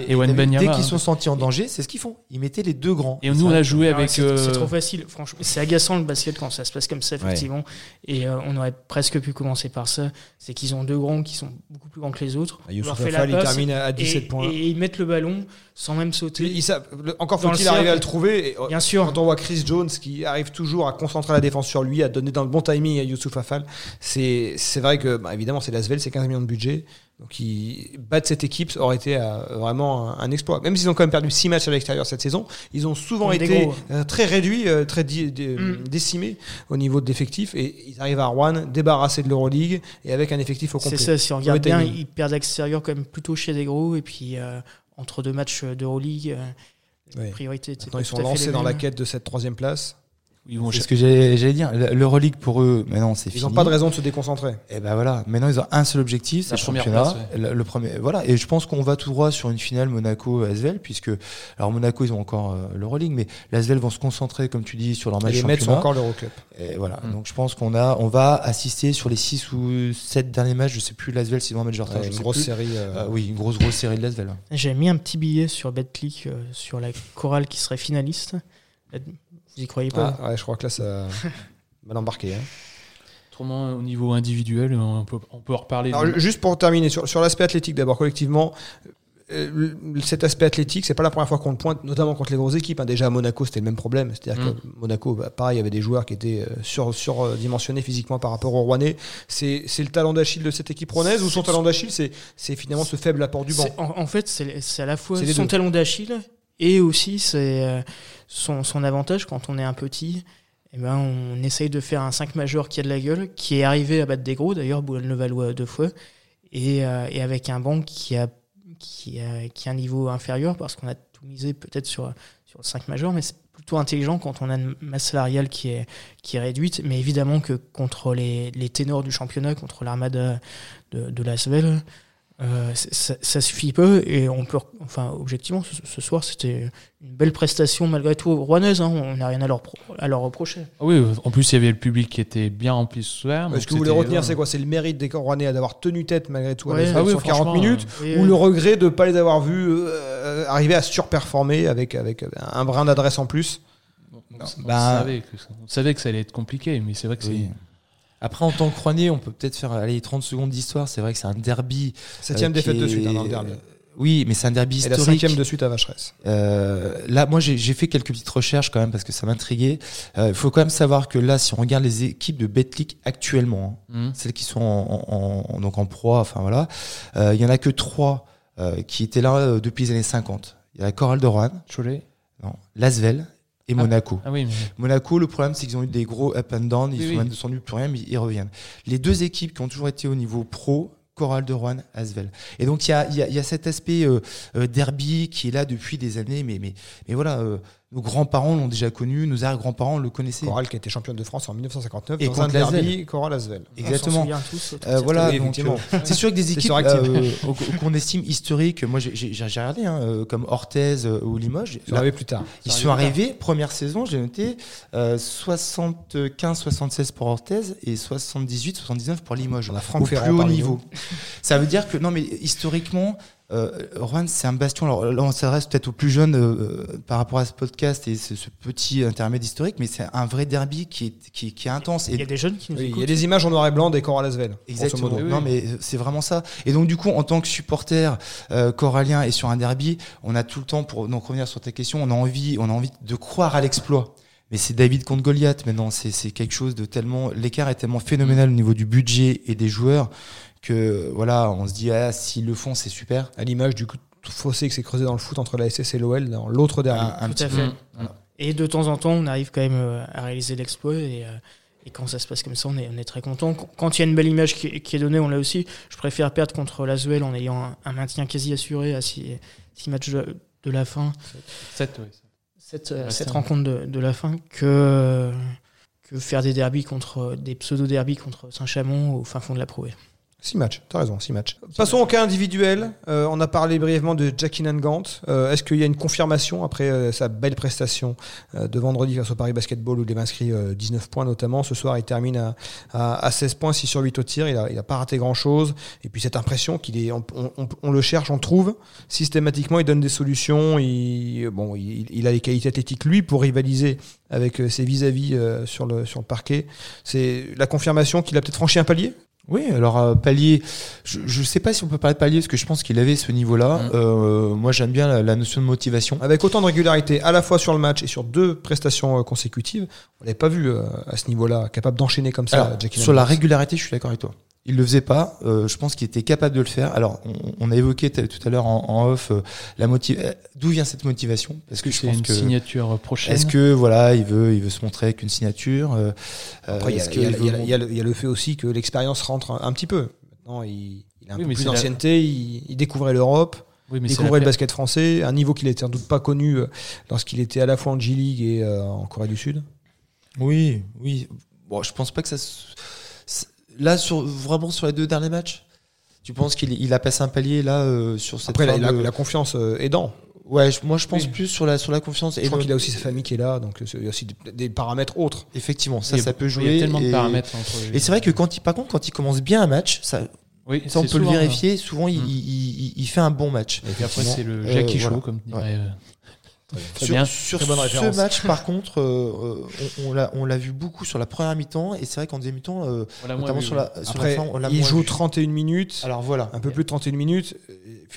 [SPEAKER 4] et,
[SPEAKER 5] et Wembanyama,
[SPEAKER 4] dès
[SPEAKER 5] hein.
[SPEAKER 4] qu'ils sont sentis en danger c'est ce qu'ils font ils mettaient les deux grands
[SPEAKER 5] Et nous, on a joué
[SPEAKER 3] Ah ouais,
[SPEAKER 5] avec.
[SPEAKER 3] C'est
[SPEAKER 5] euh,
[SPEAKER 3] c'est trop facile, franchement. C'est agaçant le basket quand ça se passe comme ça, effectivement. Et euh, on aurait presque pu commencer par ça. C'est qu'ils ont deux grands qui sont beaucoup plus grands que les autres. On
[SPEAKER 2] Youssouf
[SPEAKER 3] leur fait la
[SPEAKER 2] Afal, il
[SPEAKER 3] passe
[SPEAKER 2] termine à, à
[SPEAKER 3] et,
[SPEAKER 2] 17 points
[SPEAKER 3] et ils mettent le ballon sans même sauter.
[SPEAKER 2] Puis ils savent- le- encore
[SPEAKER 3] Dans le
[SPEAKER 2] faut-il arriver à
[SPEAKER 3] cercle.
[SPEAKER 2] le trouver. Et, euh,
[SPEAKER 3] Bien sûr.
[SPEAKER 2] Quand on voit Chris Jones qui arrive toujours à concentrer la défense sur lui, à donner dans le bon timing à Youssouf Afal, c'est c'est vrai que, bah, évidemment, c'est Lasvel, c'est 15 millions de budget. Donc, ils battre cette équipe ça aurait été euh, vraiment un, un exploit. Même s'ils ont quand même perdu 6 matchs à l'extérieur cette saison, ils ont souvent
[SPEAKER 3] Comme des
[SPEAKER 2] été
[SPEAKER 3] gros.
[SPEAKER 2] euh, très réduits, euh, très di- dé-
[SPEAKER 3] Mm.
[SPEAKER 2] décimés au niveau de l'effectif. Et ils arrivent à Rouen, débarrassés de l'Euroleague et avec un effectif au
[SPEAKER 3] C'est
[SPEAKER 2] complet.
[SPEAKER 3] ça, si on regarde bien,
[SPEAKER 2] timing.
[SPEAKER 3] ils perdent à l'extérieur quand même plutôt chez des gros. Et puis, euh, entre deux matchs d'Euroleague, euh, les
[SPEAKER 2] Ouais.
[SPEAKER 3] priorités étaient
[SPEAKER 2] Maintenant,
[SPEAKER 3] pas
[SPEAKER 2] ils
[SPEAKER 3] tout
[SPEAKER 2] sont
[SPEAKER 3] à fait
[SPEAKER 2] lancés
[SPEAKER 3] les
[SPEAKER 2] dans la
[SPEAKER 3] mêmes.
[SPEAKER 2] quête de cette troisième place.
[SPEAKER 5] Ils vont
[SPEAKER 4] C'est
[SPEAKER 5] chercher.
[SPEAKER 4] ce que j'allais j'allais dire. L'Euroleague pour eux, maintenant c'est
[SPEAKER 2] Ils
[SPEAKER 4] fini.
[SPEAKER 2] n'ont pas de raison de se déconcentrer.
[SPEAKER 4] Et ben voilà, maintenant ils ont un seul objectif, c'est
[SPEAKER 5] La
[SPEAKER 4] le
[SPEAKER 5] première
[SPEAKER 4] championnat.
[SPEAKER 5] place,
[SPEAKER 4] le, le premier, voilà. Et je pense qu'on va tout droit sur une finale Monaco-Asvel, puisque alors Monaco ils ont encore euh, l'Euroleague, mais l'Asvel vont se concentrer, comme tu dis, sur leur
[SPEAKER 2] Et
[SPEAKER 4] match
[SPEAKER 2] les Mets sont
[SPEAKER 4] championnat.
[SPEAKER 2] encore l'Euroclub.
[SPEAKER 4] Et voilà.
[SPEAKER 5] Mm.
[SPEAKER 4] Donc je pense qu'on a, on va assister sur les 6 ou 7 derniers matchs, je sais plus l'Asvel s'ils vont en mettre genre
[SPEAKER 2] Ouais, une grosse série. euh,
[SPEAKER 4] Ah oui, une grosse grosse série de l'Asvel.
[SPEAKER 3] J'ai mis un petit billet sur BetClick euh, sur la chorale qui serait finaliste. Vous y croyez pas
[SPEAKER 2] Ah, ouais, je crois que là, ça. Mal embarqué. hein.
[SPEAKER 5] Autrement, au niveau individuel, on peut, on peut en reparler.
[SPEAKER 2] Alors, juste pour terminer, sur, sur l'aspect athlétique, d'abord, collectivement, euh, le- cet aspect athlétique, c'est pas la première fois qu'on le pointe, notamment contre les grosses équipes. hein. Déjà à Monaco, c'était le même problème. C'est-à-dire
[SPEAKER 5] Mm.
[SPEAKER 2] que Monaco, bah, pareil, il y avait des joueurs qui étaient euh, sur surdimensionnés physiquement par rapport aux Rouennais. C'est c'est le talent d'Achille de cette équipe rouennaise ou son talent d'Achille, c'est c'est finalement ce faible apport du banc.
[SPEAKER 3] C'est- En, en fait, c'est c'est à la fois
[SPEAKER 2] C'est les
[SPEAKER 3] son
[SPEAKER 2] deux.
[SPEAKER 3] talon d'Achille et aussi c'est euh, son, son avantage quand on est un petit. Eh ben, on essaye de faire un 5 majeur qui a de la gueule, qui est arrivé à battre des gros, d'ailleurs, Boulogne-le-Valois deux fois, et, euh, et avec un banc qui a, qui, a, qui a un niveau inférieur, parce qu'on a tout misé peut-être sur, sur le 5 majeur, mais c'est plutôt intelligent quand on a une masse salariale qui est, qui est réduite, mais évidemment que contre les, les ténors du championnat, contre l'armada de, de l'Asvel, euh, c- ça, ça suffit peu et on peut, enfin, objectivement, ce, ce soir, c'était une belle prestation malgré tout rouennaise. hein. on n'a rien à leur, pro- à leur reprocher.
[SPEAKER 5] Ah oui, en plus, il y avait le public qui était bien rempli ce soir.
[SPEAKER 2] Ce
[SPEAKER 5] donc
[SPEAKER 2] que vous voulez
[SPEAKER 5] c'était- euh,
[SPEAKER 2] retenir, c'est quoi C'est le mérite des Rouennais d'avoir tenu tête malgré tout à
[SPEAKER 3] Ouais.
[SPEAKER 2] la
[SPEAKER 5] Ah oui,
[SPEAKER 2] 40
[SPEAKER 5] franchement,
[SPEAKER 2] minutes.
[SPEAKER 3] Et,
[SPEAKER 2] ou le regret de ne pas les avoir vus euh, arriver à surperformer avec, avec un brin d'adresse en plus.
[SPEAKER 5] On,
[SPEAKER 4] Non,
[SPEAKER 5] euh, on
[SPEAKER 4] bah-
[SPEAKER 5] savait que, ça- on savait que ça allait être compliqué, mais c'est vrai que c'est.
[SPEAKER 4] Après, en tant que Rouennais, on peut peut-être faire aller 30 secondes d'histoire. C'est vrai que c'est un derby.
[SPEAKER 2] Septième
[SPEAKER 4] euh,
[SPEAKER 2] défaite
[SPEAKER 4] qui
[SPEAKER 2] de
[SPEAKER 4] est-
[SPEAKER 2] suite hein, dans le derby.
[SPEAKER 4] Oui, mais c'est un derby
[SPEAKER 2] Et la
[SPEAKER 4] historique.
[SPEAKER 2] cinquième de suite à Vacheresse.
[SPEAKER 4] Euh, là, moi, j'ai j'ai fait quelques petites recherches quand même parce que ça m'intriguait. Euh, Il faut quand même savoir que là, si on regarde les équipes de Betclic actuellement, hein,
[SPEAKER 5] Hmm.
[SPEAKER 4] celles qui sont en, en- en- donc en proie, enfin voilà, euh, il y en a que trois euh, qui étaient là euh, depuis les années 50. Il y a la Chorale de Rouen,
[SPEAKER 5] Cholet
[SPEAKER 4] non, Lasvel et Monaco.
[SPEAKER 5] Ah oui, mais.
[SPEAKER 4] Monaco, le problème, c'est qu'ils ont eu des gros up and down, ils
[SPEAKER 5] Oui,
[SPEAKER 4] sont
[SPEAKER 5] oui.
[SPEAKER 4] même descendus plus rien, mais ils reviennent. Les deux équipes qui ont toujours été au niveau pro, Coral de Rouen, Asvel. Et donc, il y a, il y a- il y a cet aspect euh, euh, derby qui est là depuis des années, mais, mais, mais voilà, euh, nos grands-parents l'ont déjà connu, nos arrière-grands-parents le connaissaient.
[SPEAKER 2] Coral qui était championne de France en 1959
[SPEAKER 4] Et
[SPEAKER 2] dans un
[SPEAKER 4] contre l'Asvel.
[SPEAKER 2] derby, Coral Asvel.
[SPEAKER 4] Exactement.
[SPEAKER 3] On s'en souvient tous,
[SPEAKER 4] Euh, voilà,
[SPEAKER 2] Oui,
[SPEAKER 4] donc,
[SPEAKER 2] effectivement.
[SPEAKER 4] euh, c'est sûr que des
[SPEAKER 2] C'est
[SPEAKER 4] équipes
[SPEAKER 2] suractif.
[SPEAKER 4] euh, au- au- qu'on estime historiques, moi j'ai j'ai- j'ai regardé, hein, euh, comme Orthez euh, ou Limoges,
[SPEAKER 2] Je l'avais plus tard.
[SPEAKER 4] Ils sont arrivés, première saison, j'ai noté, euh, 75-76 pour Orthez et 78-79 pour Limoges.
[SPEAKER 2] On a Franck
[SPEAKER 4] au plus
[SPEAKER 2] Ferrand
[SPEAKER 4] haut
[SPEAKER 2] parmi
[SPEAKER 4] niveau. Ça veut dire que, non, mais historiquement, euh, Rouen, c'est un bastion. Alors là, on s'adresse peut-être aux plus jeunes euh, par rapport à ce podcast et ce, ce petit intermède historique, mais c'est un vrai derby qui est, qui, qui est intense.
[SPEAKER 3] Il y
[SPEAKER 4] Et
[SPEAKER 3] a des jeunes qui nous
[SPEAKER 2] Oui, Il y a
[SPEAKER 3] écoutent.
[SPEAKER 2] des images en noir et blanc des Coral Asvel. grosso
[SPEAKER 4] Exactement.
[SPEAKER 2] modo.
[SPEAKER 4] Non, mais c'est vraiment ça. Et donc, du coup, en tant que supporter euh, corallien et sur un derby, on a tout le temps pour donc revenir sur ta question. On a envie, on a envie de croire à l'exploit. Mais c'est David contre Goliath maintenant. C'est c'est quelque chose de tellement l'écart est tellement phénoménal au niveau du budget et des joueurs que voilà, on se dit ah s'ils le font, c'est super.
[SPEAKER 2] À l'image du coup, tout fossé qui s'est creusé dans le foot entre la SS et l'OL dans l'autre derby.
[SPEAKER 4] Un- un
[SPEAKER 3] Tout
[SPEAKER 4] petit-
[SPEAKER 3] à fait.
[SPEAKER 5] Hmm.
[SPEAKER 3] Et de temps en temps, on arrive quand même euh, à réaliser l'exploit. Et, euh, et quand ça se passe comme ça, on est, on est très content. Qu- Quand il y a une belle image qui, qui est donnée, on l'a aussi. Je préfère perdre contre l'Azuel en ayant un, un maintien quasi assuré à 6 matchs de, de la fin,
[SPEAKER 5] Sept, ouais, ça.
[SPEAKER 3] cette, euh,
[SPEAKER 5] Ouais,
[SPEAKER 3] cette
[SPEAKER 5] c'est
[SPEAKER 3] rencontre de, de la fin, que, que faire des derbies contre des pseudo-derbies contre Saint-Chamond au fin fond de la prouée.
[SPEAKER 2] Six matchs, t'as raison, six matchs. Passons au cas individuel. Euh, on a parlé brièvement de Jackie Nangant. Euh, Est-ce qu'il y a une confirmation après euh, sa belle prestation euh, de vendredi face au Paris Basketball où il avait inscrit euh, 19 points notamment Ce soir, il termine à, à- à 16 points, 6 sur 8 au tir. Il n'a il a pas raté grand-chose. Et puis cette impression qu'il est, on, on- on- on le cherche, on trouve systématiquement. Il donne des solutions. Il, bon, il, il a les qualités athlétiques lui pour rivaliser avec euh, ses vis-à-vis euh, sur le sur le parquet. C'est la confirmation qu'il a peut-être franchi un palier.
[SPEAKER 4] Oui, alors euh, Palier, je ne sais pas si on peut parler de Palier parce que je pense qu'il avait ce niveau-là.
[SPEAKER 5] Mm.
[SPEAKER 4] Euh, moi, j'aime bien la, la notion de motivation.
[SPEAKER 2] Avec autant de régularité, à la fois sur le match et sur deux prestations euh, consécutives, on l'avait pas vu euh, à ce niveau-là, capable d'enchaîner comme ça.
[SPEAKER 4] Alors,
[SPEAKER 2] Jackie
[SPEAKER 4] sur la
[SPEAKER 2] Lambert.
[SPEAKER 4] régularité, je suis d'accord avec toi. Il le faisait pas. euh, je pense qu'il était capable de le faire. Alors, on, on a évoqué t- tout à l'heure en, en off euh, la motive. euh, D'où vient cette motivation Parce que je
[SPEAKER 5] C'est
[SPEAKER 4] pense
[SPEAKER 5] une
[SPEAKER 4] que
[SPEAKER 5] signature prochaine.
[SPEAKER 4] est-ce que voilà, il veut, il veut se montrer avec une signature. euh,
[SPEAKER 2] Après, il y a-
[SPEAKER 4] est-ce
[SPEAKER 2] il y a-
[SPEAKER 4] qu'il
[SPEAKER 2] il y a-
[SPEAKER 4] veut-
[SPEAKER 2] il y a le- il y a le fait aussi que l'expérience rentre un, un petit peu. Maintenant, il, il a un
[SPEAKER 5] Oui,
[SPEAKER 2] peu
[SPEAKER 5] mais
[SPEAKER 2] plus
[SPEAKER 5] c'est la-
[SPEAKER 2] d'ancienneté, il, il découvrait l'Europe,
[SPEAKER 5] Oui, mais
[SPEAKER 2] il
[SPEAKER 5] c'est
[SPEAKER 2] découvrait le
[SPEAKER 5] la-
[SPEAKER 2] basket français, un niveau qu'il était sans doute pas connu euh, lorsqu'il était à la fois en G-League et euh, en Corée du Sud.
[SPEAKER 4] Oui, oui. Bon, je pense pas que ça. se- c'est- Là, sur vraiment sur les deux derniers matchs, tu penses qu'il il a passé un palier là euh, sur cette.
[SPEAKER 2] Après, la,
[SPEAKER 4] fin
[SPEAKER 2] la-
[SPEAKER 4] de-
[SPEAKER 2] la confiance euh, aidant.
[SPEAKER 4] Ouais, je- moi je pense
[SPEAKER 5] Oui.
[SPEAKER 4] plus sur la sur la confiance.
[SPEAKER 2] Je
[SPEAKER 4] et
[SPEAKER 2] crois
[SPEAKER 4] le-
[SPEAKER 2] qu'il a aussi sa famille qui est là, donc euh, il y a aussi des, des paramètres autres.
[SPEAKER 4] Effectivement, ça,
[SPEAKER 5] il y a-
[SPEAKER 4] ça peut jouer.
[SPEAKER 5] Il y a tellement
[SPEAKER 4] et-
[SPEAKER 5] de paramètres entre les-
[SPEAKER 4] Et c'est vrai que quand il, par contre, quand il commence bien un match, ça,
[SPEAKER 5] Oui,
[SPEAKER 4] ça on peut
[SPEAKER 5] c'est souvent,
[SPEAKER 4] le vérifier. Souvent, euh, il,
[SPEAKER 5] Mm.
[SPEAKER 4] il- il- il fait un bon match.
[SPEAKER 5] Et après, c'est le
[SPEAKER 4] Euh,
[SPEAKER 5] Jackie
[SPEAKER 4] voilà.
[SPEAKER 5] Show, comme dirait. euh, Très
[SPEAKER 4] Sur,
[SPEAKER 5] bien.
[SPEAKER 4] sur
[SPEAKER 2] Très bonne référence.
[SPEAKER 4] ce match, par contre, euh, euh, on, on l'a- on l'a vu beaucoup sur la première mi-temps, et c'est vrai qu'en deuxième mi-temps, euh,
[SPEAKER 5] on l'a moins
[SPEAKER 4] notamment
[SPEAKER 5] vu,
[SPEAKER 4] sur
[SPEAKER 5] oui.
[SPEAKER 4] la, sur la
[SPEAKER 2] Après,
[SPEAKER 4] fin, on l'a
[SPEAKER 2] il
[SPEAKER 4] moins
[SPEAKER 2] joue
[SPEAKER 4] vu.
[SPEAKER 2] 31 minutes.
[SPEAKER 4] Alors voilà.
[SPEAKER 2] un peu plus de 31 minutes. Euh,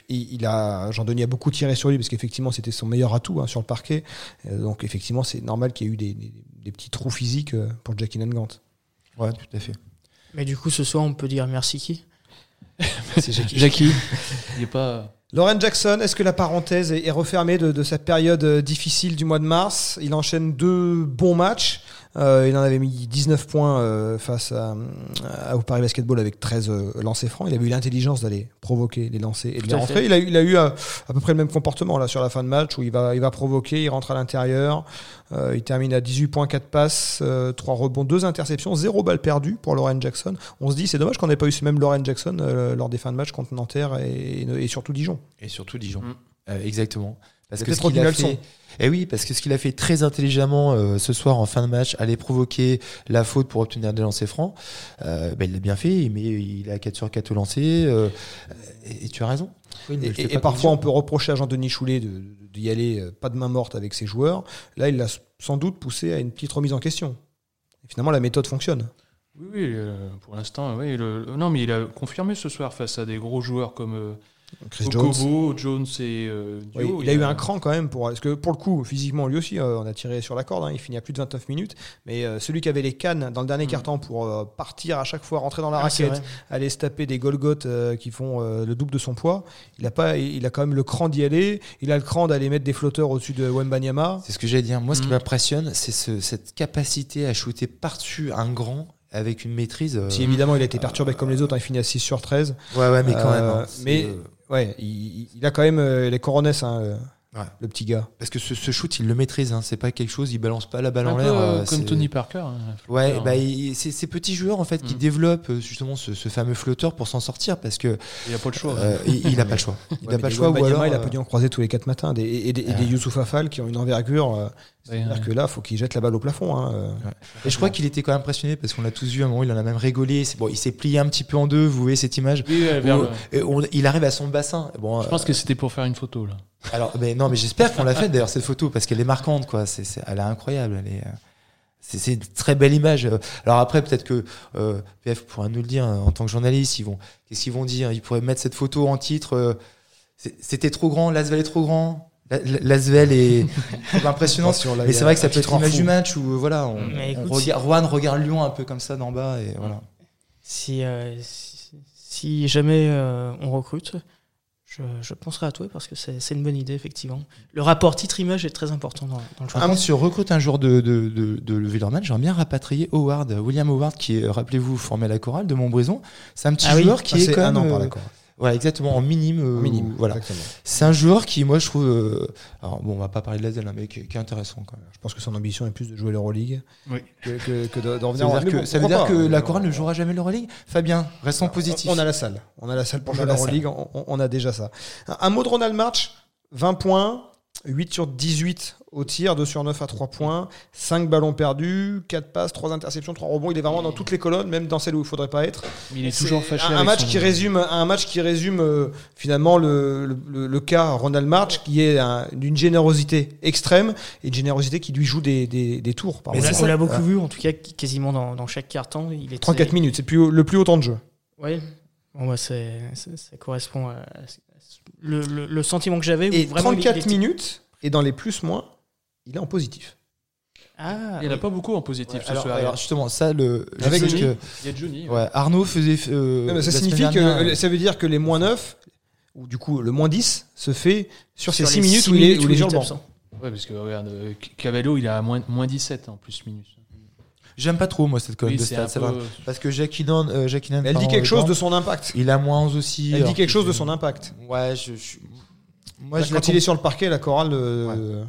[SPEAKER 2] Il, il a, Jean-Denis a beaucoup tiré sur lui parce qu'effectivement c'était son meilleur atout hein, sur le parquet. Euh, donc effectivement c'est normal qu'il y ait eu des, des- des petits trous physiques euh, pour Jackie Nangant.
[SPEAKER 4] Ouais, tout à fait.
[SPEAKER 3] Mais du coup, ce soir, on peut dire merci qui
[SPEAKER 2] C'est Jackie.
[SPEAKER 5] Jackie, il n'est pas. euh,
[SPEAKER 2] Lauren Jackson, est-ce que la parenthèse est, est refermée de, de cette période euh, difficile du mois de mars Il enchaîne deux bons matchs. Euh, il en avait mis 19 points euh, face à, à- au Paris Basketball avec 13 euh, lancers francs. Il avait eu l'intelligence d'aller provoquer les lancers et de
[SPEAKER 5] Tout
[SPEAKER 2] les
[SPEAKER 5] à
[SPEAKER 2] rentrer.
[SPEAKER 5] fait.
[SPEAKER 2] Il a, eu- il a eu euh, à, peu près le même comportement là sur la fin de match où il va, il va provoquer, il rentre à l'intérieur. Euh, il termine à 18 points, 4 passes, 3 rebonds, 2 interceptions, 0 balle perdue pour Lauren Jackson. On se dit c'est dommage qu'on n'ait pas eu ce même Lauren Jackson euh, lors des fins de match contre Nanterre et- et surtout Dijon.
[SPEAKER 4] Et surtout Dijon.
[SPEAKER 5] Mm.
[SPEAKER 4] Euh, exactement.
[SPEAKER 2] Il
[SPEAKER 4] Parce
[SPEAKER 2] y a
[SPEAKER 4] que
[SPEAKER 2] peut-être
[SPEAKER 4] ce
[SPEAKER 2] retenu
[SPEAKER 4] qu'il a
[SPEAKER 2] la leçon.
[SPEAKER 4] fait, eh oui, parce que ce qu'il a fait très intelligemment euh, ce soir en fin de match, aller provoquer la faute pour obtenir des lancers francs, euh, ben, il l'a bien fait, mais il a 4 sur 4 au lancer, euh, et, et tu as raison.
[SPEAKER 2] Et, et- et parfois, on peut reprocher à Jean-Denis Choulet de- de- d'y aller euh, pas de main morte avec ses joueurs. Là, il l'a s- sans doute poussé à une petite remise en question. Et finalement, la méthode fonctionne.
[SPEAKER 5] Oui, oui, euh, pour l'instant, oui. le- Non, mais il a confirmé ce soir face à des gros joueurs comme euh,
[SPEAKER 2] Chris Jones.
[SPEAKER 5] Okobo, Jones et euh,
[SPEAKER 2] Oui,
[SPEAKER 5] Duo.
[SPEAKER 2] il, a eu un cran quand même pour parce que pour le coup physiquement lui aussi euh, on a tiré sur la corde hein, il finit à plus de 29 minutes mais euh, celui qui avait les cannes dans le dernier
[SPEAKER 5] Mm.
[SPEAKER 2] carton pour euh, partir à chaque fois rentrer dans la
[SPEAKER 3] Ah, c'est
[SPEAKER 2] raquette
[SPEAKER 3] vrai.
[SPEAKER 2] aller se taper des Golgotes euh, qui font euh, le double de son poids il a pas il a quand même le cran d'y aller il a le cran d'aller mettre des flotteurs au-dessus de Wembanyama
[SPEAKER 4] C'est ce que j'allais dire. Moi, ce qui
[SPEAKER 5] Mm.
[SPEAKER 4] m'impressionne, c'est ce- cette capacité à shooter par-dessus un grand avec une maîtrise. euh,
[SPEAKER 2] Si évidemment il a été perturbé comme les autres, hein, il finit à 6 sur 13.
[SPEAKER 4] Ouais, ouais, mais quand
[SPEAKER 2] Euh,
[SPEAKER 4] même. hein, c'est,
[SPEAKER 2] mais-
[SPEAKER 4] euh,
[SPEAKER 2] Ouais, il, il a quand même euh, les coronesses, hein, euh,
[SPEAKER 4] Ouais.
[SPEAKER 2] le petit gars.
[SPEAKER 4] parce que ce, ce shoot, il le maîtrise. hein, c'est pas quelque chose, il balance pas la balle
[SPEAKER 5] Un
[SPEAKER 4] en
[SPEAKER 5] peu,
[SPEAKER 4] l'air.
[SPEAKER 5] euh,
[SPEAKER 4] euh,
[SPEAKER 5] comme
[SPEAKER 4] c'est-
[SPEAKER 5] Tony Parker. hein,
[SPEAKER 4] Ouais,
[SPEAKER 5] Parker,
[SPEAKER 4] bah,
[SPEAKER 5] hein.
[SPEAKER 4] il- c'est ces petits joueurs en fait qui
[SPEAKER 5] Mm.
[SPEAKER 4] développent euh, justement ce, ce fameux flotteur pour s'en sortir parce que
[SPEAKER 5] il n'a pas le choix.
[SPEAKER 4] euh, il il a pas le choix. Il
[SPEAKER 2] Ouais,
[SPEAKER 4] a
[SPEAKER 2] mais
[SPEAKER 4] pas le
[SPEAKER 2] des
[SPEAKER 4] choix. Ou
[SPEAKER 2] Wembanyama,
[SPEAKER 4] alors,
[SPEAKER 2] il a
[SPEAKER 4] euh,
[SPEAKER 2] pas dû en croiser tous les 4 matins. Des, et, et des, et des
[SPEAKER 4] Euh.
[SPEAKER 2] Youssouf Afal qui ont une envergure. euh,
[SPEAKER 5] Ouais,
[SPEAKER 2] C'est-à-dire que là, faut qu'il jette la balle au plafond. hein, euh.
[SPEAKER 4] Et je crois qu'il était quand même impressionné parce qu'on l'a tous vu à un moment, il en a même rigolé. C'est- Bon, il s'est plié un petit peu en deux, vous voyez cette image.
[SPEAKER 5] Oui, ouais, vers
[SPEAKER 4] Où-
[SPEAKER 5] le-
[SPEAKER 4] et on- il arrive à son bassin. Bon,
[SPEAKER 5] Je pense que c'était pour faire une photo là.
[SPEAKER 4] euh, alors, mais non, mais j'espère qu'on l'a fait d'ailleurs cette photo parce qu'elle est marquante, quoi. C'est, c'est- elle est incroyable. Elle est, euh, c'est, c'est une très belle image. Euh, Alors après, peut-être que euh, PF pourra nous le dire euh, en tant que journaliste. Ils vont, qu'est-ce qu'ils vont dire Ils pourraient mettre cette photo en titre. euh, c'est- c'était trop grand. Lasvel est trop grand. La- la- Lasvel est trop impressionnant.
[SPEAKER 2] Attention, là,
[SPEAKER 4] Mais
[SPEAKER 2] il y a
[SPEAKER 4] c'est vrai que ça
[SPEAKER 2] un
[SPEAKER 4] peut
[SPEAKER 2] petit
[SPEAKER 4] être l'image
[SPEAKER 2] renfou.
[SPEAKER 4] du match où euh, voilà, on,
[SPEAKER 3] Mais
[SPEAKER 4] on
[SPEAKER 3] écoute,
[SPEAKER 4] regarde, Juan regarde Lyon un peu comme ça d'en bas et voilà.
[SPEAKER 3] Si, euh, si, si jamais euh, on recrute, je, je penserai à toi parce que c'est c'est une bonne idée, effectivement. Le rapport titre-image est très important dans, dans le choix.
[SPEAKER 4] Par contre, si on Ah, recrute un joueur de, de, de, de Villeurbanne, j'aimerais bien rapatrier Howard, William Howard, qui est, rappelez-vous, formé à la chorale de Montbrison. C'est un petit
[SPEAKER 3] Ah oui.
[SPEAKER 4] joueur
[SPEAKER 2] Ah,
[SPEAKER 4] qui est
[SPEAKER 2] c'est
[SPEAKER 4] quand
[SPEAKER 2] un
[SPEAKER 4] même.
[SPEAKER 2] an par
[SPEAKER 4] euh,
[SPEAKER 2] d'accord.
[SPEAKER 4] voilà, exactement, en minime. euh,
[SPEAKER 2] Minime.
[SPEAKER 4] ou- voilà.
[SPEAKER 2] Exactement.
[SPEAKER 4] C'est un joueur qui, moi, je trouve. euh, alors, bon, on va pas parler de la ZL, hein, mais qui, qui est intéressant quand même.
[SPEAKER 2] Je pense que son ambition est plus de jouer l'Euroleague
[SPEAKER 5] Oui.
[SPEAKER 2] que, que, que de- d'en
[SPEAKER 4] Ça
[SPEAKER 2] revenir
[SPEAKER 4] veut
[SPEAKER 2] en
[SPEAKER 4] dire que, ça veut dire
[SPEAKER 2] hein,
[SPEAKER 4] que la chorale ne jouera jamais l'Euroleague Fabien, restons positifs.
[SPEAKER 2] euh, On a la salle. On a la salle pour
[SPEAKER 4] On
[SPEAKER 2] jouer
[SPEAKER 4] a la
[SPEAKER 2] la Euroleague. On, on- on a déjà ça. Un- Un mot de Ronald March 20 points, 8 sur 18 au tir, 2 sur 9 à 3 points, 5 ballons perdus, 4 passes, 3 interceptions, 3 rebonds. Il est vraiment dans toutes les colonnes, même dans celles où il faudrait pas être.
[SPEAKER 5] Mais il est
[SPEAKER 2] C'est
[SPEAKER 5] toujours fâché.
[SPEAKER 2] un, un
[SPEAKER 5] avec
[SPEAKER 2] match
[SPEAKER 5] son-
[SPEAKER 2] qui résume un match qui résume euh, finalement le, le- le- le cas Ronald March qui est un- d'une générosité extrême et une générosité qui lui joue des, des- des tours par
[SPEAKER 4] Mais
[SPEAKER 3] on
[SPEAKER 4] ça,
[SPEAKER 3] l'a-
[SPEAKER 4] c'est-
[SPEAKER 3] on l'a
[SPEAKER 4] ah.
[SPEAKER 3] beaucoup vu, en tout cas, qui- quasiment dans, dans chaque carton. Il est
[SPEAKER 2] 3-4 minutes, c'est plus haut- le plus haut temps de jeu.
[SPEAKER 3] Oui, bon, bah, c'est, c'est- ça correspond à, à ce- à ce- le, le- le sentiment que j'avais. où
[SPEAKER 2] Et
[SPEAKER 3] vraiment, il- il
[SPEAKER 2] 34
[SPEAKER 3] était-
[SPEAKER 2] minutes, et dans les plus-moins, il est en positif.
[SPEAKER 3] Ah,
[SPEAKER 5] Il n'y en a pas beaucoup en positif ce
[SPEAKER 4] alors,
[SPEAKER 5] soir.
[SPEAKER 4] alors, justement, ça, le. je
[SPEAKER 2] Avec
[SPEAKER 4] sais
[SPEAKER 5] Johnny.
[SPEAKER 4] que-
[SPEAKER 5] Il y a Johnny. ouais.
[SPEAKER 4] ouais, Arnaud faisait. euh,
[SPEAKER 2] Non, mais ça
[SPEAKER 4] la semaine
[SPEAKER 2] signifie que
[SPEAKER 4] dernière, euh,
[SPEAKER 2] ça veut dire que les moins 9, ou du coup le moins 10, se fait sur, ces
[SPEAKER 3] les
[SPEAKER 2] 6 minutes
[SPEAKER 3] six
[SPEAKER 2] où il est,
[SPEAKER 3] minutes
[SPEAKER 2] où il est sur le banc.
[SPEAKER 3] absent.
[SPEAKER 5] Ouais, parce que regarde, euh, Cavallo, il a moins, moins 17 en plus minus.
[SPEAKER 4] euh, J'aime pas trop, moi, cette colonne
[SPEAKER 5] Oui,
[SPEAKER 4] de
[SPEAKER 5] c'est
[SPEAKER 4] stats.
[SPEAKER 5] un
[SPEAKER 4] ça
[SPEAKER 5] peu-
[SPEAKER 4] va. Parce que Jackie Nan, euh, Jackie Nan,
[SPEAKER 2] Mais elle dit
[SPEAKER 4] pardon,
[SPEAKER 2] quelque
[SPEAKER 4] est
[SPEAKER 2] chose
[SPEAKER 4] dans.
[SPEAKER 2] de son impact.
[SPEAKER 4] Il a moins aussi.
[SPEAKER 2] Elle
[SPEAKER 4] alors
[SPEAKER 2] dit quelque
[SPEAKER 4] que
[SPEAKER 2] chose de
[SPEAKER 4] je-
[SPEAKER 2] son impact.
[SPEAKER 4] Ouais, je. je-
[SPEAKER 3] Bah,
[SPEAKER 4] Moi,
[SPEAKER 2] Parce
[SPEAKER 4] je
[SPEAKER 2] que
[SPEAKER 4] la
[SPEAKER 2] quand il est sur le parquet, la chorale euh,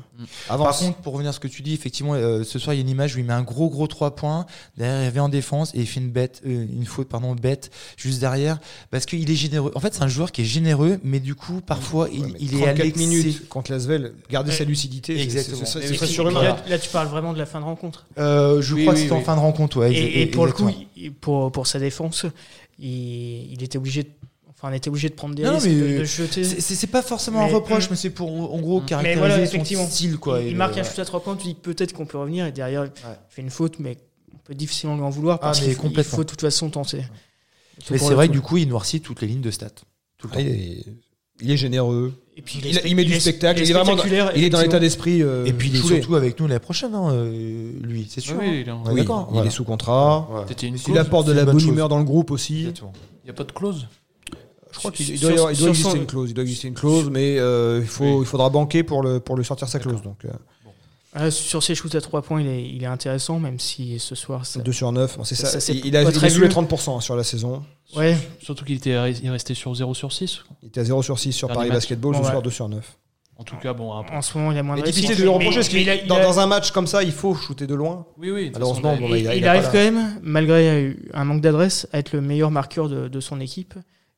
[SPEAKER 2] avance.
[SPEAKER 4] Par contre, pour revenir à ce que tu dis, effectivement, euh, ce soir, il y a une image où il met un gros, gros 3 points. Derrière, il revient en défense et il fait une bête, euh, une faute, pardon, bête, juste derrière. Parce qu'il est généreux. En fait, c'est un joueur qui est généreux, mais du coup, parfois, il,
[SPEAKER 2] Ouais, mais
[SPEAKER 4] il est à
[SPEAKER 2] 34
[SPEAKER 4] l'excès.
[SPEAKER 2] minutes contre Lasvel, garder sa lucidité, c'est-
[SPEAKER 4] Exactement.
[SPEAKER 2] c'est-
[SPEAKER 3] Et
[SPEAKER 2] c'est-
[SPEAKER 4] Mais
[SPEAKER 2] c'est
[SPEAKER 4] très
[SPEAKER 3] puis,
[SPEAKER 2] surhumain.
[SPEAKER 3] là, là, tu parles vraiment de la fin de rencontre.
[SPEAKER 4] Euh, je
[SPEAKER 5] Oui,
[SPEAKER 4] crois
[SPEAKER 5] oui,
[SPEAKER 4] que c'était en
[SPEAKER 5] oui.
[SPEAKER 4] fin de rencontre, ouais.
[SPEAKER 3] Et, et
[SPEAKER 4] exa-
[SPEAKER 3] pour le coup,
[SPEAKER 4] exactement.
[SPEAKER 3] il- pour, pour sa défense, il, il était obligé de, enfin, on était obligé de prendre des
[SPEAKER 4] Non,
[SPEAKER 3] risques,
[SPEAKER 4] mais-
[SPEAKER 3] de, de jeter.
[SPEAKER 4] C'est- c'est c'est pas forcément
[SPEAKER 3] Mais- hmm.
[SPEAKER 4] un reproche, mais c'est pour, en gros,
[SPEAKER 5] Mais
[SPEAKER 4] caractériser
[SPEAKER 3] voilà,
[SPEAKER 4] son
[SPEAKER 3] effectivement.
[SPEAKER 4] style, quoi.
[SPEAKER 3] il,
[SPEAKER 4] Et
[SPEAKER 3] il
[SPEAKER 4] le-
[SPEAKER 3] marque un
[SPEAKER 2] euh,
[SPEAKER 4] ouais.
[SPEAKER 3] shoot à trois points, tu dis peut-être qu'on peut revenir, et derrière, il fait une faute, mais on peut difficilement lui en vouloir, parce
[SPEAKER 4] Ah, mais
[SPEAKER 3] qu'il faut, il
[SPEAKER 4] complètement.
[SPEAKER 3] faut de toute façon tenter.
[SPEAKER 4] Mais
[SPEAKER 3] Pour
[SPEAKER 4] c'est
[SPEAKER 3] le
[SPEAKER 4] vrai
[SPEAKER 3] coup.
[SPEAKER 4] que du coup, il noircit toutes les lignes de stats. Tout le temps.
[SPEAKER 2] Ah, il, est, il est généreux.
[SPEAKER 3] Et puis,
[SPEAKER 2] Il- il met du spectacle, il est vraiment dans-
[SPEAKER 3] spectaculaire,
[SPEAKER 2] Il est dans l'état
[SPEAKER 3] effectivement.
[SPEAKER 2] d'esprit. euh,
[SPEAKER 4] Et puis, il est
[SPEAKER 2] foulé.
[SPEAKER 4] surtout avec nous l'année prochaine, hein, euh, lui, c'est sûr.
[SPEAKER 5] Oui,
[SPEAKER 4] hein.
[SPEAKER 5] il est en-
[SPEAKER 4] Ouais,
[SPEAKER 2] Oui,
[SPEAKER 4] d'accord,
[SPEAKER 2] il
[SPEAKER 4] voilà.
[SPEAKER 2] est sous contrat.
[SPEAKER 4] Ouais.
[SPEAKER 5] C'était une
[SPEAKER 2] Il
[SPEAKER 5] clause.
[SPEAKER 2] apporte de
[SPEAKER 4] c'est
[SPEAKER 2] la
[SPEAKER 4] une
[SPEAKER 2] bonne
[SPEAKER 4] bonne
[SPEAKER 2] humeur
[SPEAKER 4] chose.
[SPEAKER 2] dans le groupe aussi.
[SPEAKER 4] Exactement.
[SPEAKER 5] Il n'y a pas de clause.
[SPEAKER 2] Je crois
[SPEAKER 3] Sur-
[SPEAKER 2] qu'il doit, y avoir- il doit
[SPEAKER 3] sur
[SPEAKER 2] exister
[SPEAKER 3] son-
[SPEAKER 2] une clause. Il doit exister une clause, mais euh, il, faut,
[SPEAKER 5] Oui.
[SPEAKER 2] il faudra banquer pour, le, pour lui sortir sa clause. Donc, euh,
[SPEAKER 3] Ah, sur ses shoots à trois points, il est, il est intéressant, même si ce soir, ça-
[SPEAKER 2] 2 sur 9, c'est ça.
[SPEAKER 3] ça, c'est
[SPEAKER 2] il, il a,
[SPEAKER 3] pas
[SPEAKER 2] il
[SPEAKER 3] très
[SPEAKER 2] a joué
[SPEAKER 3] vu.
[SPEAKER 2] 30% sur la saison.
[SPEAKER 3] ouais,
[SPEAKER 5] Surtout qu'il était il restait sur 0 sur 6.
[SPEAKER 2] Il était à 0 sur 6 sur
[SPEAKER 5] Dernier
[SPEAKER 2] Paris
[SPEAKER 5] match.
[SPEAKER 2] Basketball,
[SPEAKER 3] Bon,
[SPEAKER 2] ce
[SPEAKER 3] ouais.
[SPEAKER 2] soir 2 sur 9.
[SPEAKER 5] En tout cas, bon. après-
[SPEAKER 3] en ce moment, il a moins de
[SPEAKER 2] Mais
[SPEAKER 3] réussite.
[SPEAKER 2] difficile de lui reprocher,
[SPEAKER 3] Mais-
[SPEAKER 2] parce
[SPEAKER 3] mais
[SPEAKER 2] qu'il
[SPEAKER 3] il a- il
[SPEAKER 2] dans,
[SPEAKER 3] a-
[SPEAKER 2] dans un match comme ça, il faut shooter de loin.
[SPEAKER 5] Oui, oui. de toute
[SPEAKER 2] Malheureusement,
[SPEAKER 5] façon,
[SPEAKER 2] bon,
[SPEAKER 5] il-
[SPEAKER 2] bah, a-
[SPEAKER 3] il, il
[SPEAKER 2] a
[SPEAKER 3] arrive
[SPEAKER 2] pas
[SPEAKER 3] quand
[SPEAKER 2] la-
[SPEAKER 3] même, malgré un manque d'adresse, à être le meilleur marqueur de, de son équipe.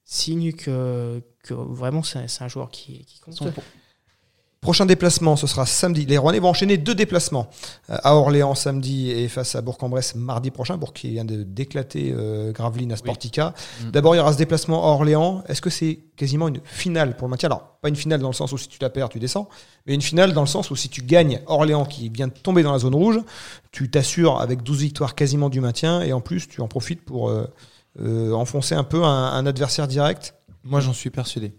[SPEAKER 3] Signe que, que vraiment c'est un- c'est un joueur qui, qui compte.
[SPEAKER 5] Son-
[SPEAKER 2] Prochain déplacement, ce sera samedi. Les Rouennais vont enchaîner deux déplacements euh, à Orléans samedi et face à Bourg-en-Bresse mardi prochain. Bourg qui vient de d'éclater euh, Gravelines à Sportica.
[SPEAKER 5] Mm.
[SPEAKER 2] D'abord, il y aura ce déplacement à Orléans. Est-ce que c'est quasiment une finale pour le maintien Alors, pas une finale dans le sens où si tu la perds, tu descends, mais une finale dans le sens où si tu gagnes Orléans qui vient de tomber dans la zone rouge, tu t'assures avec 12 victoires quasiment du maintien et en plus, tu en profites pour euh, euh, enfoncer un peu un, un adversaire direct.
[SPEAKER 4] hein. Moi, j'en suis persuadé.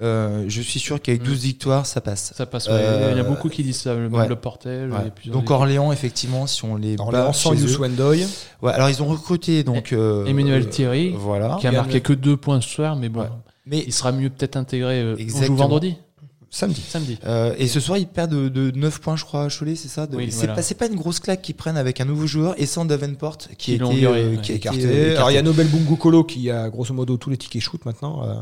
[SPEAKER 4] Euh, je suis sûr qu'avec
[SPEAKER 5] Mm.
[SPEAKER 4] 12 victoires, ça passe.
[SPEAKER 5] Ça passe.
[SPEAKER 4] Euh,
[SPEAKER 5] ouais. Il y en a beaucoup qui disent ça. Le,
[SPEAKER 4] ouais.
[SPEAKER 5] le portel. euh,
[SPEAKER 4] Ouais.
[SPEAKER 5] il y a plusieurs
[SPEAKER 4] Donc
[SPEAKER 5] équipes.
[SPEAKER 4] Orléans, effectivement, si on les
[SPEAKER 2] Orléans
[SPEAKER 4] bat
[SPEAKER 2] sans
[SPEAKER 4] chez eux-
[SPEAKER 2] Youssou Ndoye.
[SPEAKER 4] Ouais, alors ils ont recruté donc euh,
[SPEAKER 5] Emmanuel
[SPEAKER 4] euh,
[SPEAKER 5] Thierry,
[SPEAKER 4] voilà.
[SPEAKER 5] qui a marqué que 2 points ce soir, mais bon,
[SPEAKER 4] Ouais. Mais
[SPEAKER 5] il sera mieux peut-être intégré. euh, on joue
[SPEAKER 4] Exactement.
[SPEAKER 5] vendredi
[SPEAKER 2] Samedi.
[SPEAKER 5] Samedi.
[SPEAKER 4] euh, et ce soir, ils perdent de, de 9 points, je crois, à Cholet, c'est ça de-
[SPEAKER 5] Oui,
[SPEAKER 4] C'est
[SPEAKER 5] voilà.
[SPEAKER 4] pas, c'est pas une grosse claque qu'ils prennent avec un nouveau joueur et sans Davenport qui,
[SPEAKER 5] Qui
[SPEAKER 4] a
[SPEAKER 5] l'ont
[SPEAKER 4] été,
[SPEAKER 5] viré, ouais.
[SPEAKER 4] qui a été,
[SPEAKER 2] écarté.
[SPEAKER 4] euh,
[SPEAKER 2] Alors il y a Nobel Bungo Colo qui a grosso modo tous les tickets shoot maintenant. euh,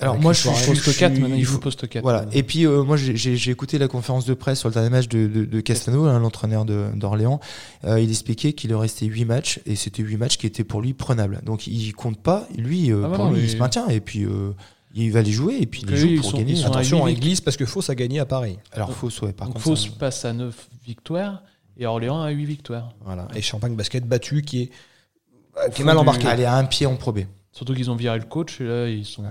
[SPEAKER 4] Alors,
[SPEAKER 2] avec
[SPEAKER 4] moi,
[SPEAKER 2] le
[SPEAKER 4] je suis-
[SPEAKER 2] soir.
[SPEAKER 4] je suis-
[SPEAKER 5] Poste 4, maintenant, il
[SPEAKER 4] il
[SPEAKER 5] joue
[SPEAKER 4] faut-
[SPEAKER 5] poste 4.
[SPEAKER 4] Voilà. Et puis euh, moi j'ai- j'ai j'ai écouté la conférence de presse sur le dernier match de, de, de Castano, hein, l'entraîneur de- d'Orléans. Euh, il expliquait qu'il leur restait 8 matchs et c'était 8 matchs qui étaient pour lui prenables. Donc il compte pas, lui, euh,
[SPEAKER 5] Ah bah
[SPEAKER 4] pour
[SPEAKER 5] non,
[SPEAKER 4] lui,
[SPEAKER 5] mais-
[SPEAKER 4] il se maintient et puis euh, il va les jouer et puis il
[SPEAKER 5] Donc,
[SPEAKER 4] les
[SPEAKER 5] eux,
[SPEAKER 4] joue
[SPEAKER 5] ils
[SPEAKER 4] pour
[SPEAKER 5] sont-
[SPEAKER 4] gagner.
[SPEAKER 5] ils sont
[SPEAKER 4] Attends,
[SPEAKER 5] à
[SPEAKER 2] Attention, hein,
[SPEAKER 5] Unique.
[SPEAKER 2] il glisse parce que Fausse a gagné à Paris.
[SPEAKER 4] Alors fausse, ouais, par
[SPEAKER 5] Donc
[SPEAKER 4] contre. euh,
[SPEAKER 5] Fausse
[SPEAKER 4] ça-
[SPEAKER 5] passe à 9 victoires et Orléans à 8 victoires.
[SPEAKER 4] voilà.
[SPEAKER 2] Et Champagne Basket battu qui est, euh, qui est
[SPEAKER 5] fond
[SPEAKER 2] mal
[SPEAKER 5] du-
[SPEAKER 2] embarqué.
[SPEAKER 4] Allez, à un pied en probé.
[SPEAKER 5] Surtout qu'ils ont viré le coach et là, ils sont,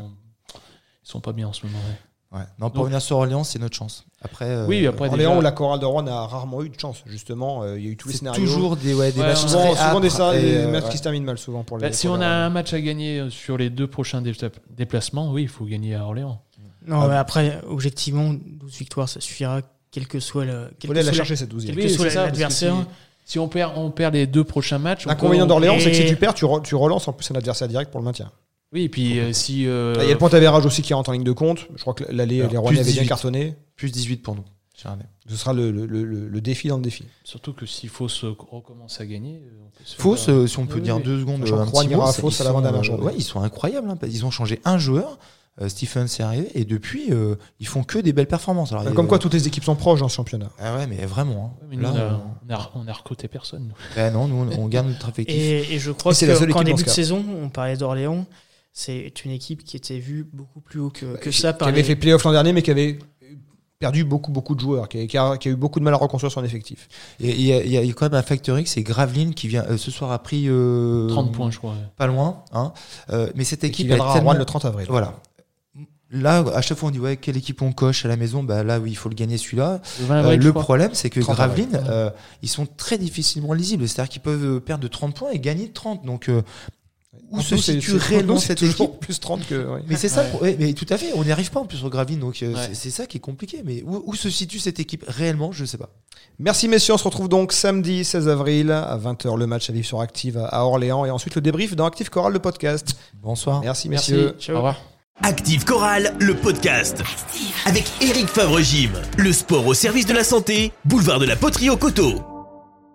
[SPEAKER 5] ils sont pas bien en ce moment. ouais.
[SPEAKER 4] Ouais. Non, pour
[SPEAKER 5] Donc-
[SPEAKER 4] revenir sur Orléans, c'est notre chance. Après, euh,
[SPEAKER 5] oui, après,
[SPEAKER 2] Orléans
[SPEAKER 5] déjà-
[SPEAKER 2] où la chorale de Rouen a rarement eu de chance justement. Euh, Il y a eu tous les
[SPEAKER 4] c'est
[SPEAKER 2] scénarios.
[SPEAKER 4] toujours des, ouais, des
[SPEAKER 5] Ouais,
[SPEAKER 4] matchs
[SPEAKER 5] on-
[SPEAKER 2] souvent,
[SPEAKER 4] très
[SPEAKER 2] souvent des,
[SPEAKER 4] âpres
[SPEAKER 2] sa-
[SPEAKER 4] et,
[SPEAKER 2] des
[SPEAKER 4] euh,
[SPEAKER 2] matchs
[SPEAKER 4] ouais.
[SPEAKER 2] qui se terminent mal souvent pour les.
[SPEAKER 5] Bah, si
[SPEAKER 2] pour
[SPEAKER 5] on
[SPEAKER 2] les
[SPEAKER 5] a
[SPEAKER 2] Rouennais.
[SPEAKER 5] un match à gagner euh, sur les deux prochains dépla- déplacements, oui, il faut gagner à Orléans.
[SPEAKER 2] Ah
[SPEAKER 3] Non, mais après, objectivement, 12 victoires, ça suffira, quel que soit le.
[SPEAKER 2] Il
[SPEAKER 3] quel
[SPEAKER 2] faut
[SPEAKER 3] que
[SPEAKER 2] aller la
[SPEAKER 3] soit
[SPEAKER 2] chercher cette douzième.
[SPEAKER 3] quel que soit
[SPEAKER 5] c'est ça, parce que
[SPEAKER 3] l'adversaire.
[SPEAKER 5] Si, si on, perd, on perd les deux prochains matchs. on peut-
[SPEAKER 2] L'inconvénient d'Orléans, c'est que si
[SPEAKER 3] Et-
[SPEAKER 2] tu perds, tu, re- tu relances en plus un adversaire direct pour le maintien.
[SPEAKER 5] Oui, et puis euh, si. euh,
[SPEAKER 2] Là, Il y a le point avérage aussi qui rentre en ligne de compte. Je crois que l'allée,
[SPEAKER 4] Alors,
[SPEAKER 2] les
[SPEAKER 4] plus
[SPEAKER 2] Rouennais avaient bien
[SPEAKER 4] 18.
[SPEAKER 2] cartonné.
[SPEAKER 4] Plus 18 pour nous. J'ai regardé.
[SPEAKER 2] Ce sera le, le- le- le- le défi dans le défi.
[SPEAKER 5] Surtout que s'il faut se recommence à gagner. euh, on peut se faire-
[SPEAKER 4] Fausse, euh, si on peut
[SPEAKER 5] Oui,
[SPEAKER 4] dire
[SPEAKER 5] oui.
[SPEAKER 4] deux secondes,
[SPEAKER 2] Sachant
[SPEAKER 4] euh, un
[SPEAKER 2] que Juan
[SPEAKER 4] petit
[SPEAKER 2] ira
[SPEAKER 4] mot,
[SPEAKER 2] à
[SPEAKER 4] c'est-
[SPEAKER 2] Fausse
[SPEAKER 4] ils
[SPEAKER 2] à l'avant-dernière
[SPEAKER 4] sont, euh,
[SPEAKER 2] journée.
[SPEAKER 4] ouais, ils sont incroyables. hein, parce qu'ils ont changé un joueur. euh, Stephen c'est arrivé et depuis euh, ils font que des belles performances. Alors, il y a-
[SPEAKER 2] Bah, Comme quoi, toutes les équipes sont proches dans ce championnat.
[SPEAKER 4] ah ouais, mais vraiment. hein.
[SPEAKER 5] Ouais, mais nous,
[SPEAKER 4] Là,
[SPEAKER 5] on
[SPEAKER 2] euh,
[SPEAKER 5] a-
[SPEAKER 4] on-
[SPEAKER 5] on a- on a recruté personne. nous.
[SPEAKER 4] bah non, nous on on garde notre effectif.
[SPEAKER 3] Et, et je crois
[SPEAKER 2] Et c'est la seule
[SPEAKER 3] que- qu'en
[SPEAKER 2] équipe dans
[SPEAKER 3] début
[SPEAKER 2] ce
[SPEAKER 3] de
[SPEAKER 2] cas.
[SPEAKER 3] saison, on parlait d'Orléans, c'est une équipe qui était vue beaucoup plus haut que, que ça
[SPEAKER 2] Bah, qui
[SPEAKER 3] par
[SPEAKER 2] avait
[SPEAKER 3] les,
[SPEAKER 2] fait playoff l'an dernier, mais qui avait perdu beaucoup, beaucoup de joueurs, qui a, qui a- qui a eu beaucoup de mal à reconstruire son effectif.
[SPEAKER 4] Et il y, a- il y a il y a quand même un facteur X, c'est Graveline qui vient euh, ce soir a pris euh,
[SPEAKER 5] 30 points, je crois. ouais.
[SPEAKER 4] pas loin. hein. Euh, mais cette
[SPEAKER 2] Et qui
[SPEAKER 4] équipe
[SPEAKER 2] viendra
[SPEAKER 4] elle est
[SPEAKER 2] à Rouen
[SPEAKER 4] tellement-
[SPEAKER 2] le 30 avril.
[SPEAKER 4] Voilà. Là, à chaque fois, on dit ouais, quelle équipe on coche à la maison. Bah là, oui, il faut le gagner celui-là.
[SPEAKER 5] Le 20
[SPEAKER 4] Euh,
[SPEAKER 5] avril, je
[SPEAKER 4] le
[SPEAKER 5] crois.
[SPEAKER 4] problème, c'est que
[SPEAKER 2] 30
[SPEAKER 4] Graveline, euh, ils sont très difficilement lisibles. C'est-à-dire qu'ils peuvent euh, perdre de 30 points et gagner de 30. Donc, euh, Où
[SPEAKER 2] En
[SPEAKER 4] se
[SPEAKER 2] plus, c'est-
[SPEAKER 4] situe
[SPEAKER 2] c'est-
[SPEAKER 4] réellement
[SPEAKER 2] non, c'est
[SPEAKER 4] cette
[SPEAKER 2] toujours
[SPEAKER 4] équipe
[SPEAKER 2] plus 30 que. ouais.
[SPEAKER 4] Mais c'est ça,
[SPEAKER 5] Ouais.
[SPEAKER 4] le pro- ouais, mais tout à fait, on n'y arrive pas en plus au Gravine, donc euh,
[SPEAKER 5] Ouais.
[SPEAKER 4] c'est- c'est ça qui est compliqué. Mais où, où se situe cette équipe réellement Je sais pas.
[SPEAKER 2] Merci messieurs, on se retrouve donc samedi 16 avril à 20h le match à vivre sur Active à Orléans et ensuite le débrief dans Active Choral le podcast.
[SPEAKER 4] Bonsoir.
[SPEAKER 2] Merci
[SPEAKER 3] Merci.
[SPEAKER 2] messieurs.
[SPEAKER 3] Ciao.
[SPEAKER 5] Au revoir.
[SPEAKER 1] Active Chorale, le podcast. Avec Eric Favre-Gym. Le sport au service de la santé, boulevard de la Poterie au Coteau.